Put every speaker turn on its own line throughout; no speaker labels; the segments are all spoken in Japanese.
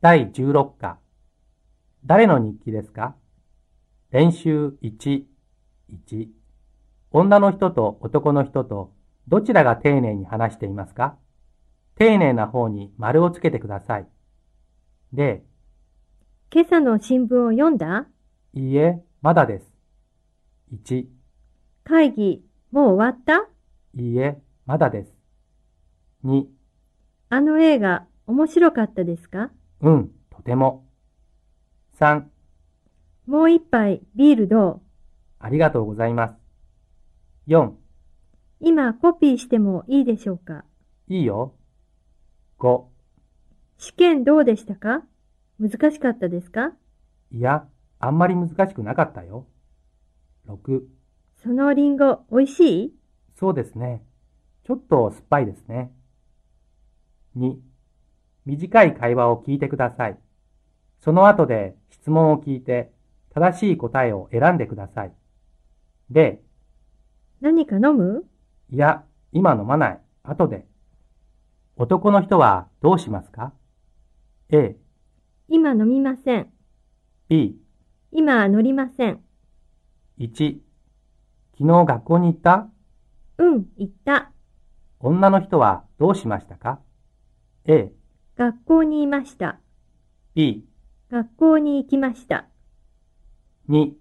第16課。誰の日記ですか練習1、1。女の人と男の人とどちらが丁寧に話していますか丁寧な方に丸をつけてください。で、
今朝の新聞を読んだ
いいえ、まだです。1、
会議、もう終わった
いいえ、まだです。2、
あの映画、面白かったですか
うん、とても。3、
もう一杯ビールどう
ありがとうございます。4、
今コピーしてもいいでしょうか
いいよ。5、
試験どうでしたか難しかったですか
いや、あんまり難しくなかったよ。6、
そのリンゴ、美味しい
そうですね。ちょっと酸っぱいですね。2、短い会話を聞いてください。その後で質問を聞いて正しい答えを選んでください。で、
何か飲む
いや、今飲まない。後で。男の人はどうしますか ?A、
今飲みません。
B、
今乗りません。
1、昨日学校に行った
うん、行った。
女の人はどうしましたか ?A、
学校にいました。
B、
学校に行きました。
2、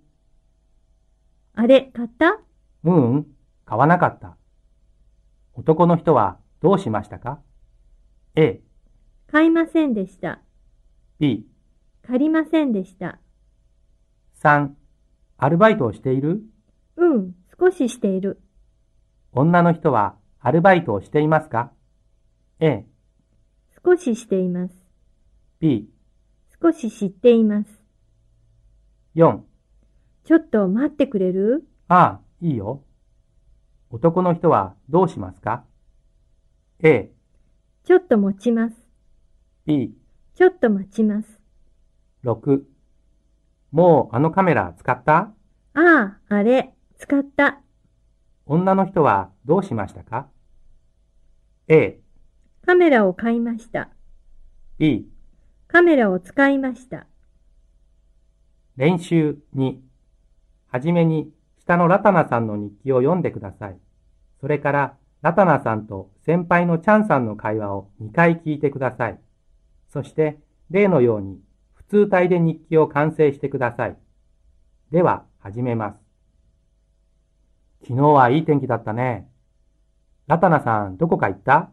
あれ、買った
ううん、買わなかった。男の人はどうしましたか ?A、
買いませんでした。
B、
借りませんでした。
3、アルバイトをしている
うん、少ししている。
女の人はアルバイトをしていますか ?A、
少ししています。
B、
少し知っています。
4、
ちょっと待ってくれる
ああ、いいよ。男の人はどうしますか ?A、
ちょっと持ちます。
B、
ちょっと待ちます。
6。もうあのカメラ使った
ああ、あれ、使った。
女の人はどうしましたか ?A、
カメラを買いました。
B、
カメラを使いました。
練習2。はじめに下のラタナさんの日記を読んでください。それからラタナさんと先輩のチャンさんの会話を2回聞いてください。そして例のように普通体で日記を完成してください。では始めます。昨日はいい天気だったね。ラタナさんどこか行った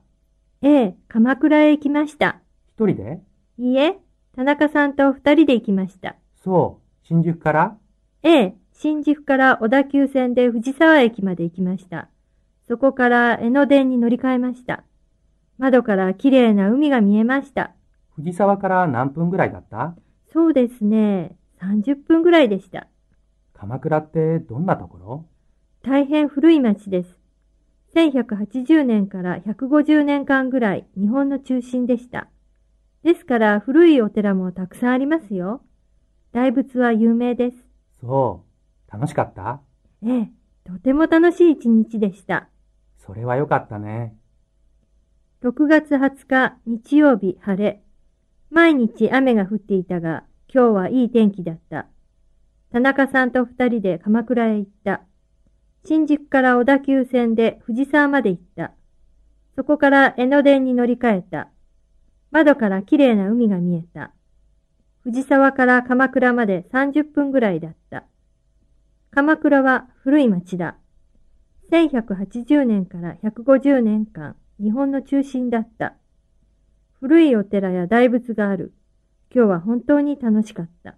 ええ、鎌倉へ行きました。
一人で
いいえ、田中さんと二人で行きました。
そう、新宿から
ええ、新宿から小田急線で藤沢駅まで行きました。そこから江ノ電に乗り換えました。窓から綺麗な海が見えました。
藤沢から何分ぐらいだった
そうですね。30分ぐらいでした。
鎌倉ってどんなところ
大変古い町です。1180年から150年間ぐらい日本の中心でした。ですから古いお寺もたくさんありますよ。大仏は有名です。
そう、楽しかった
ええ、とても楽しい一日でした。
それは良かったね。
6月20日日曜日晴れ。毎日雨が降っていたが、今日はいい天気だった。田中さんと二人で鎌倉へ行った。新宿から小田急線で藤沢まで行った。そこから江ノ電に乗り換えた。窓から綺麗な海が見えた。藤沢から鎌倉まで30分ぐらいだった。鎌倉は古い町だ。1180年から150年間、日本の中心だった。古いお寺や大仏がある。今日は本当に楽しかった。